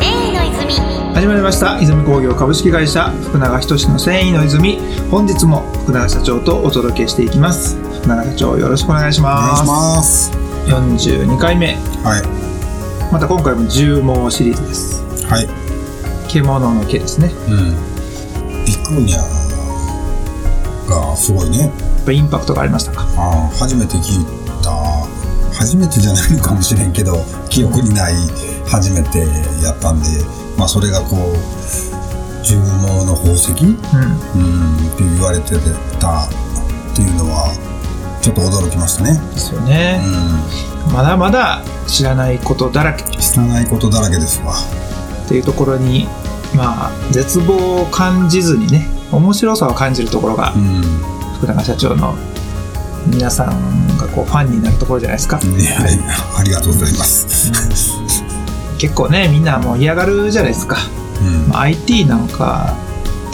泉始まりました泉工業株式会社福永仁の繊維の泉本日も福永社長とお届けしていきます福永社長よろしくお願いしお願まいすします。 42回目はい。また今回も獣毛シリーズですはい。獣の毛ですねうん。ビクーニャがすごいね。やっぱインパクトがありましたかあー初めて聞いた。初めてじゃないのかもしれんけど、記憶にない初めてやったんで、まあそれがこう、獣毛の宝石ううんって言われてたっていうのは、ちょっと驚きましたね。んですよね、うまだまだ知らないことだらけん。知らないことだらけですわ。っていうところにまあ絶望を感じずにね面白さを感じるところがうん。福永社長の皆さんがこうファンになるところじゃないですか、ね、はい。ありがとうございます。結構ねみんなもう嫌がるじゃないですか、うん。まあ IT なんか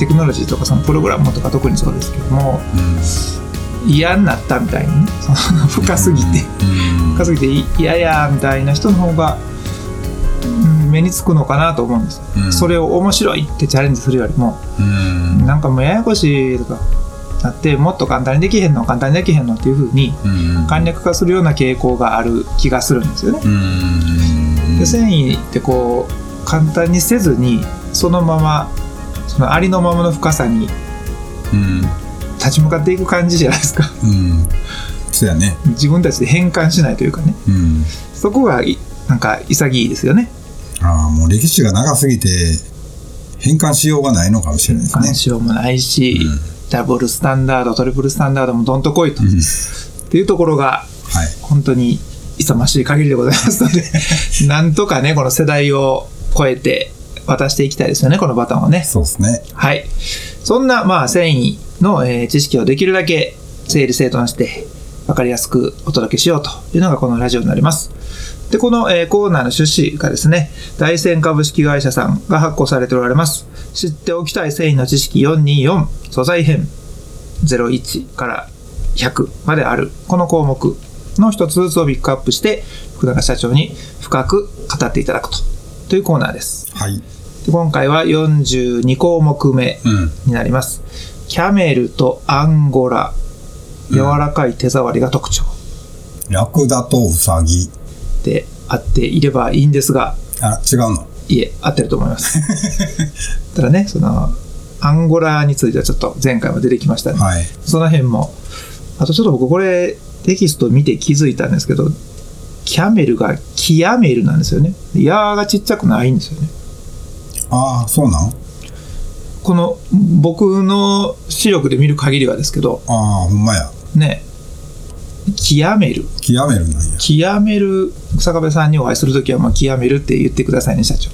テクノロジーとかそのプログラムとか特にそうですけどもうん嫌になったみたいにねその深すぎてうん深すぎてい嫌やみたいな人の方がうん目につくのかなと思うんですよ、うんそれを面白いってチャレンジするよりもうんなんかもうややこしいとかなってもっと簡単にできへんの簡単にできへんのっていう風にうん簡略化するような傾向がある気がするんですよね。うんで繊維ってこう簡単にせずにそのままそのありのままの深さにうん立ち向かっていく感じじゃないですか うんそうやね自分たちで変換しないというかねうんそこがいなんか潔いですよねああもう歴史が長すぎて変換しようがないのかもしれないですね干渉もないし、うんダブルスタンダードトリプルスタンダードもどんと来いと、うんっ、ていうところがはい本当に勇ましい限りでございますの でなんとかねこの世代を超えて渡していきたいですよねこのバトンをねそうですねはい。そんな、まあ、繊維の、えー知識をできるだけ整理整頓して、わかりやすくお届けしようというのがこのラジオになります。で、この、えーコーナーの趣旨がですね、大仙株式会社さんが発行されておられます。知っておきたい繊維の知識424素材編01から100まである、この項目の一つずつをピックアップして、福永社長に深く語っていただくと。というコーナーです。はいで今回は42項目目うんになります。キャメルとアンゴラ、柔らかい手触りが特徴ラクダとウサギであっていればいいんですが、あ違うのいえ、合ってると思います。ただね、その、アンゴラについてはちょっと前回も出てきましたね。はいその辺も。あとちょっと僕これテキスト見て気づいたんですけど、キャメルがキャメルなんですよね。ヤーがちっちゃくないんですよね。ああそうなんこの僕の視力で見る限りはですけど、ああほんまやね極める極めるなんや極める坂部さんにお会いするときはまあ極めるって言ってくださいね社長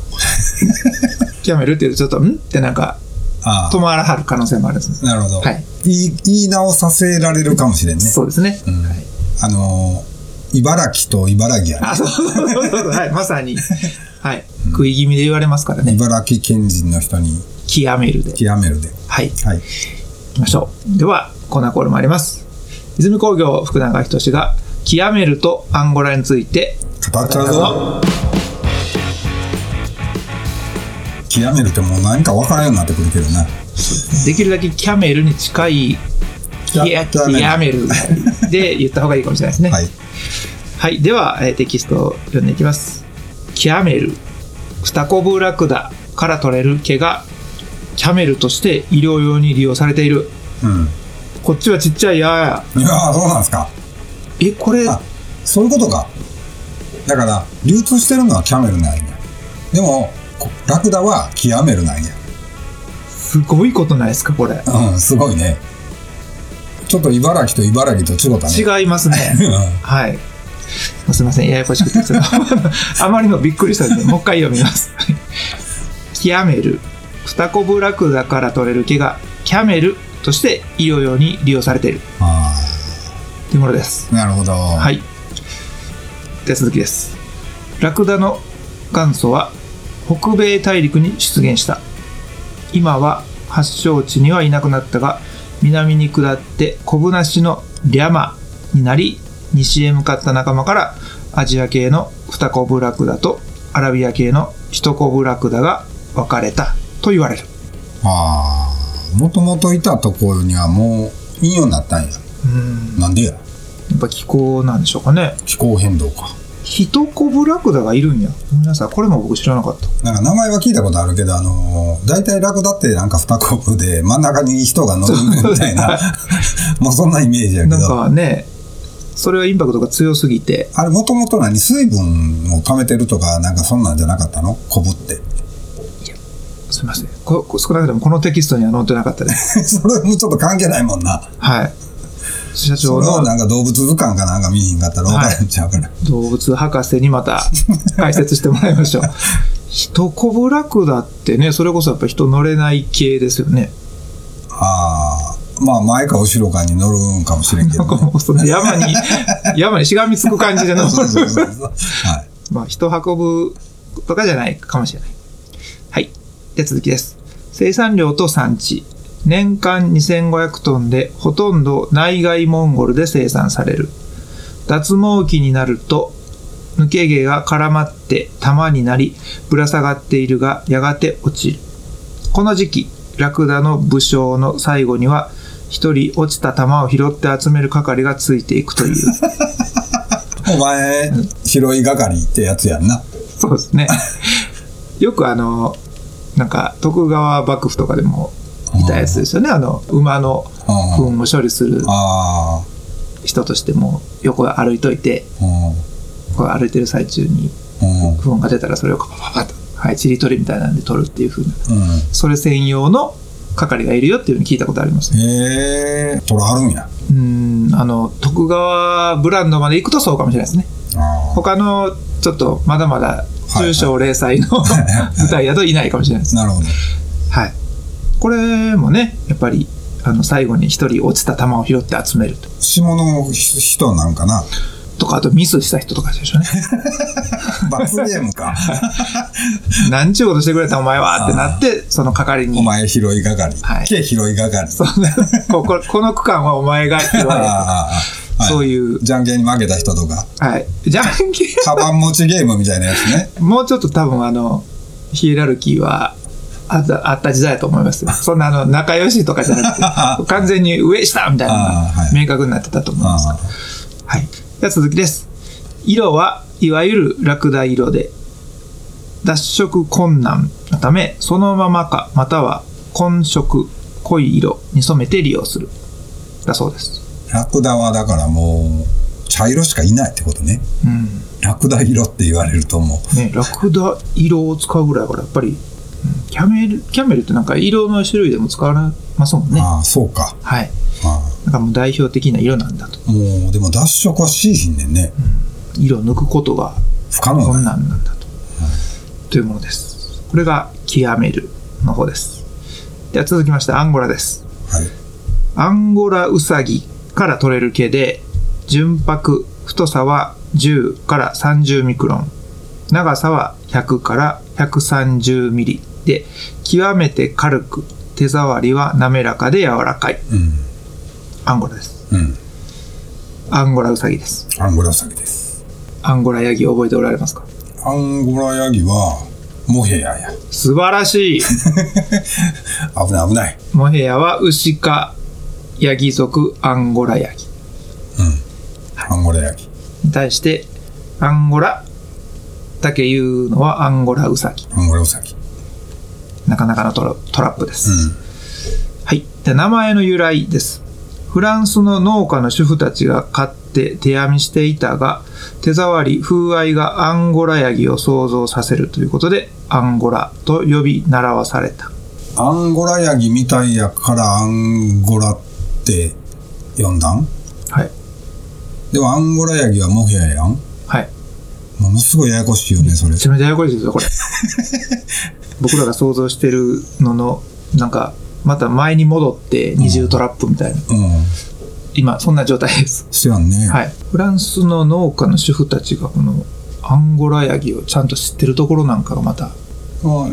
極めるって言うとちょっとんってなんかあ止まらはる可能性もあるんですねあなるほど、はい、言い言い直させられるかもしれんねそうですね、うんはい、あのー茨城と茨城やねあそうそうそうそうはいまさにはい食い気味で言われますからね茨城県人の人に極めるで極めるで。はいはい。行きましょう。では、コーナーコールもあります。泉工業福永仁が、極めるとアンゴラについて、語っちゃうぞ。極めるってもう何か分からんようになってくるけどな。できるだけキャメルに近いキャいやキャメルキャメルで言った方がいいかもしれないですね。は、はいい。では、えーテキストを読んでいきます。キャメル、スタコブラクダから取れる毛が、キャメルとして医療用に利用されている。うん。こっちはちっちゃいやいやー、そうなんですか。ー。え、これ、あ、そういうことか。だから、流通してるのはキャメルなんや。でも、こラクダは極めるなんや。すごいことないですか、これ。うん、すごいね。ちょっと茨城と茨城と違ったね。違いますね。 うはい。すみません、ややこしくて、ちょっとあまりのびっくりしたので、もう一回読みます。キャメル、フタコブラクダから取れる毛が、キャメルとして医療用に利用されているん。あというものです。あ、なるほど。。はいい。では続きです。ラクダの元祖は北米大陸に出現した。今は発祥地にはいなくなったが、南に下ってコブナシのリャマになり、西へ向かった仲間からアジア系のフタコブラクダとアラビア系のヒトコブラクダが別れたと言われる。ああもともといたところにはもういいようになったんやうん。なんでややっぱ気候なんでしょうかね。気候変動かヒトコブラクダがいるんや。ごめんなさい。これも僕知らなかった。なんか名前は聞いたことあるけど、あのー、大体ラクダってなんか二コブで真ん中に人が乗るみた いな、もうそんなイメージやけなんど、かね、それはインパクトが強すぎて、あれもともと何水分を溜めてるとか、なんかそんなんじゃなかったのコブって。 すみません。ここ少なくともこのテキストには載ってなかった です。それもちょっと関係ないもんな。はい。社長それをのなんか動物図鑑かなんか見にんかったら分からんちゃうから。動物博士にま た解説してもらいましょう。ヒトコブラクダってね、それこそやっぱ人乗れない系ですよね。ああ、まあ前か後ろかに乗るんかもしれんけ ど、なんかね。もうその山 に、山にしがみつく感じで乗そうる。そうそうそうはい。まあ、人運ぶとかじゃないかもしれない。はい。で、続きです。生産量と産地。年間2500トンで、ほとんど内外モンゴルで生産される。脱毛期になると、抜け毛が絡まって玉になり、ぶら下がっているが、やがて落ちる。この時期、ラクダの武将の最後には、一人落ちた玉を拾って集める係がついていくという。お前、拾い係ってやつやんな。そうですね。 よくあの、なんか徳川幕府とかでもいたやつですよね。あの、馬のうん。糞を処理するあ人としても、横歩いといて、あ、うん。こう歩いてる最中にうん。糞が出たらそれをパパパッと、はい、ちり取りみたいなんで取るっていう風な、うそれ専用の係がいるよっていうふうに聞いたことありますね。ん。へえ、虎あるんや。うん、あの、徳川ブランドまで行くとそうかもしれないですね。あ他の、ちょっとまだまだ中小零細の舞台だといないかもしれないですあ、。 なるほど。はい。これもね、やっぱり、あの、最後に一人落ちた球を拾って集めると。下の人なんかな。とか、あとミスした人とかでしょうね。 罰ゲー ムか。なんちゅうことしてくれたお前はってなって、その係にお。前拾い係。はいけ拾い係。そんなこここの区間はお前が拾えああああああそうう。いう、じゃんけんに負けた人とか、はい。じゃんけん、カバン持ちゲームみたいなやつね。もうちょっと多分あの、ヒエラルキーは、あったあった時代だと思いますよ。そんなあの、仲良しとかじゃな くて、完全に上下みたいなのあーはがい明確になってたと思いますからあはい。では続きです。色はいわゆるラクダ色で、脱色困難のため、そのままか、または混色、濃い色に染めて利用する。だそうです。ラクダはだからもう、茶色しかいないってことね。うん。ラクダ色って言われるともね、ラクダ色を使うぐらいだから、やっぱり、うんキャメル、キャメルってなんか色の種類でも使われますもんう、ね。ああ、そうか。はい。あなんかもう代表的な色なんだと。あもう、でも脱色はしいひんねんね。色を抜くことが不可能困だね。難なんだと。というものです。これが極めるの方です。では続きましてアンゴラです。はい。アンゴラウサギから取れる毛で、純白、太さは10から30ミクロン、長さは100から130ミリで、極めて軽く、手触りは滑らかで柔らかい。うん。アンゴラです。うん。アンゴラウサギです。アンゴラウサギです。アンゴラヤギ覚えておられますかアンゴラヤギはモヘアや。素晴らしい危ない危ない。モヘアは牛かヤギ属アンゴラヤギアンゴラヤギ。に対してアンゴラだけ言うのはアンゴラウサギアンゴラウサギ。なかなかのトラトラップです、うはいで名前の由来ですフランスの農家の主婦たちが買って手編みしていたが手触り風合いがアンゴラヤギを想像させるということでアンゴラと呼び習わされたん。アンゴラヤギみたいやからアンゴラって呼んだんはいでもアンゴラヤギはモヘアやん。はいものすごいややこしいよね、それめ。ちゃめちゃややこしいですよ、 これ。僕らが想像してるのの、なんか、また前に戻って二重トラップみたいな。うん。今、そんな状態です。せやんね。はい。フランスの農家の主婦たちが、この、アンゴラヤギをちゃんと知ってるところなんかがまた、あ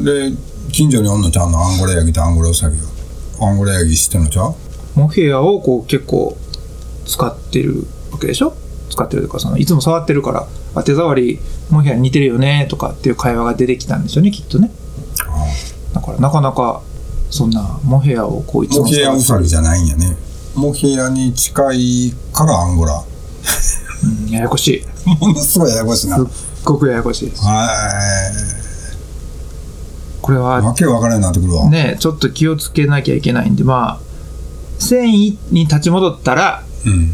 で、近所におんのちゃうのアンゴラヤギとアンゴラウサギは。アンゴラヤギ知ってんのちゃうモヘアをこう結構使ってるわけでしょ使ってるというか、その、いつも触ってるから、あ手触り、モヘアに似てるよね、とかっていう会話が出てきたんでしょうね、きっとね。あだからなかなかそんなモヘアをこういつモもヘアウサギじゃないんやね。モヘアに近いからアンゴラ。 うん、ややこしいすっものすごいややこしいな。ごくややこしいですはこれい。はわけわからんようになってくるわ。ねちょっと気をつけなきゃいけないんでまあ繊維に立ち戻ったら、うん。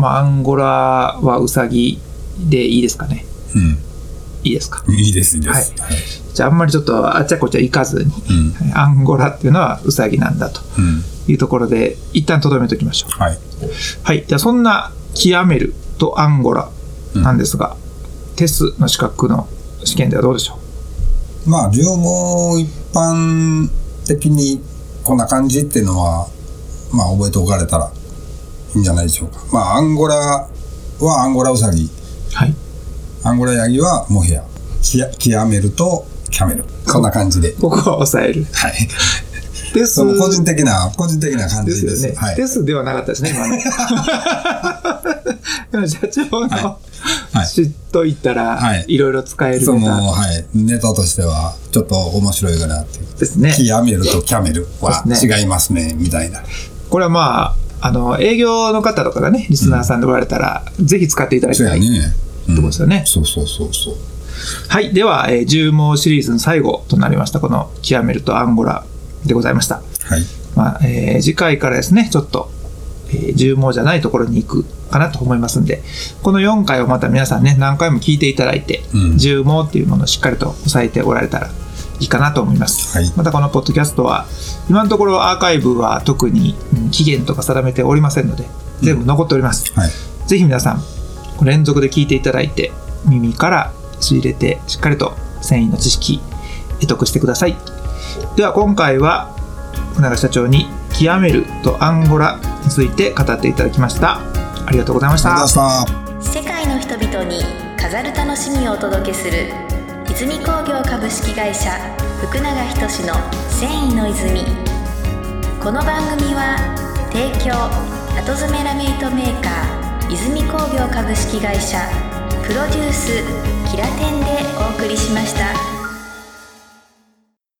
まあ、アンゴラはウサギでいいですかねいいですかうん。いいです、いいです。はい。じゃああんまりちょっとあちゃこちゃ行かずにうん。アンゴラっていうのはウサギなんだとうん。いうところで一旦とどめておきましょうはい。はいじゃあそんな極めるとアンゴラなんですが、テスの資格の試験ではどうでしょまあ、両毛一般的にこんな感じっていうのは、まあ、覚えておかれたらいいんじゃないでしょうか。まあ、アンゴラはアンゴラウサギ、うはいアンゴラヤギはモヘア、キアキアメルとキャメル。こんな感じで。ここは抑 えるはい。テスその個人的な、個人的な感でじすでよす。ね、はい。テスではなかったですね 今のでも社長の、いはい知っといたら、はいい、ろいろ使えるそネの、タはい。ネタとしては、ちょっと面白いかなっていう。ですねキアメルとキャメルはそうです違いますね、みたいな。これはまああの営業の方とかがねリスナーさんでおられたら、ぜひ使っていただきそうたやい、ね。うんとこですよねそうそうそうそう。はい。では、えー、10毛シリーズの最後となりました、この極めるとアンゴラでございました。はい。まあ、えー次回からですね、ちょっと、えー、10毛じゃないところに行くかなと思いますんで、この4回をまた皆さんね、何回も聞いていただいて、うん10毛っていうものをしっかりと押さえておられたらいいかなと思います。はいまたこのポッドキャストは、今のところアーカイブは特にうん期限とか定めておりませんので、全部残っております。はい。ぜひ皆さん、連続で聞いていただいて、耳から仕入れて、しっかりと繊維の知識、得得してください。では、今回は、船橋社長に、極めるとアンゴラについて語っていただきました。ありがとうございましありたがとうございま。した。世界の人々に飾る楽しみをお届けする泉工業株式会社福永仁の「繊維の泉」この番組は提供後詰めラメイトメーカー泉工業株式会社プロデュースキラテンでお送りしました。